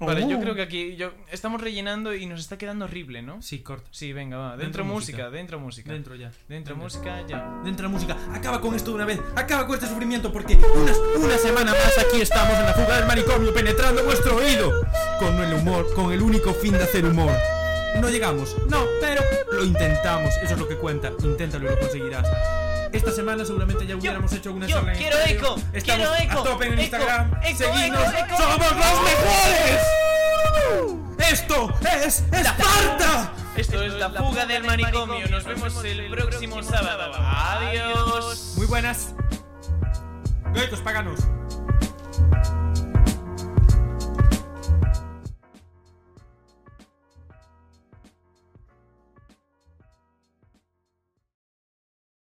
[SPEAKER 2] Oh.
[SPEAKER 1] Vale, yo creo que aquí yo, estamos rellenando y nos está quedando horrible, ¿no?
[SPEAKER 2] Sí, corta.
[SPEAKER 1] Sí, venga, va. Dentro,
[SPEAKER 2] Dentro
[SPEAKER 1] música,
[SPEAKER 2] música.
[SPEAKER 1] dentro música. Dentro,
[SPEAKER 2] Dentro ya.
[SPEAKER 1] música, ya.
[SPEAKER 2] Dentro la música. Acaba con esto de una vez. Acaba con este sufrimiento porque una, una semana más aquí estamos en la fuga del manicomio penetrando vuestro oído. Con el humor, con el único fin de hacer humor. No llegamos, no, pero lo intentamos. Eso es lo que cuenta. Inténtalo y lo conseguirás. Esta semana seguramente ya hubiéramos hecho alguna charla en
[SPEAKER 4] quiero
[SPEAKER 2] estudio.
[SPEAKER 4] eco,
[SPEAKER 2] Estamos
[SPEAKER 4] quiero eco,
[SPEAKER 2] a tope en
[SPEAKER 4] eco,
[SPEAKER 2] Instagram.
[SPEAKER 4] eco,
[SPEAKER 2] Seguidnos.
[SPEAKER 4] eco, eco.
[SPEAKER 2] ¡Somos los mejores! ¡Esto es Esparta!
[SPEAKER 1] Esto es la fuga del manicomio. Nos vemos el próximo sábado. Adiós.
[SPEAKER 2] Muy buenas. Gatos paganos.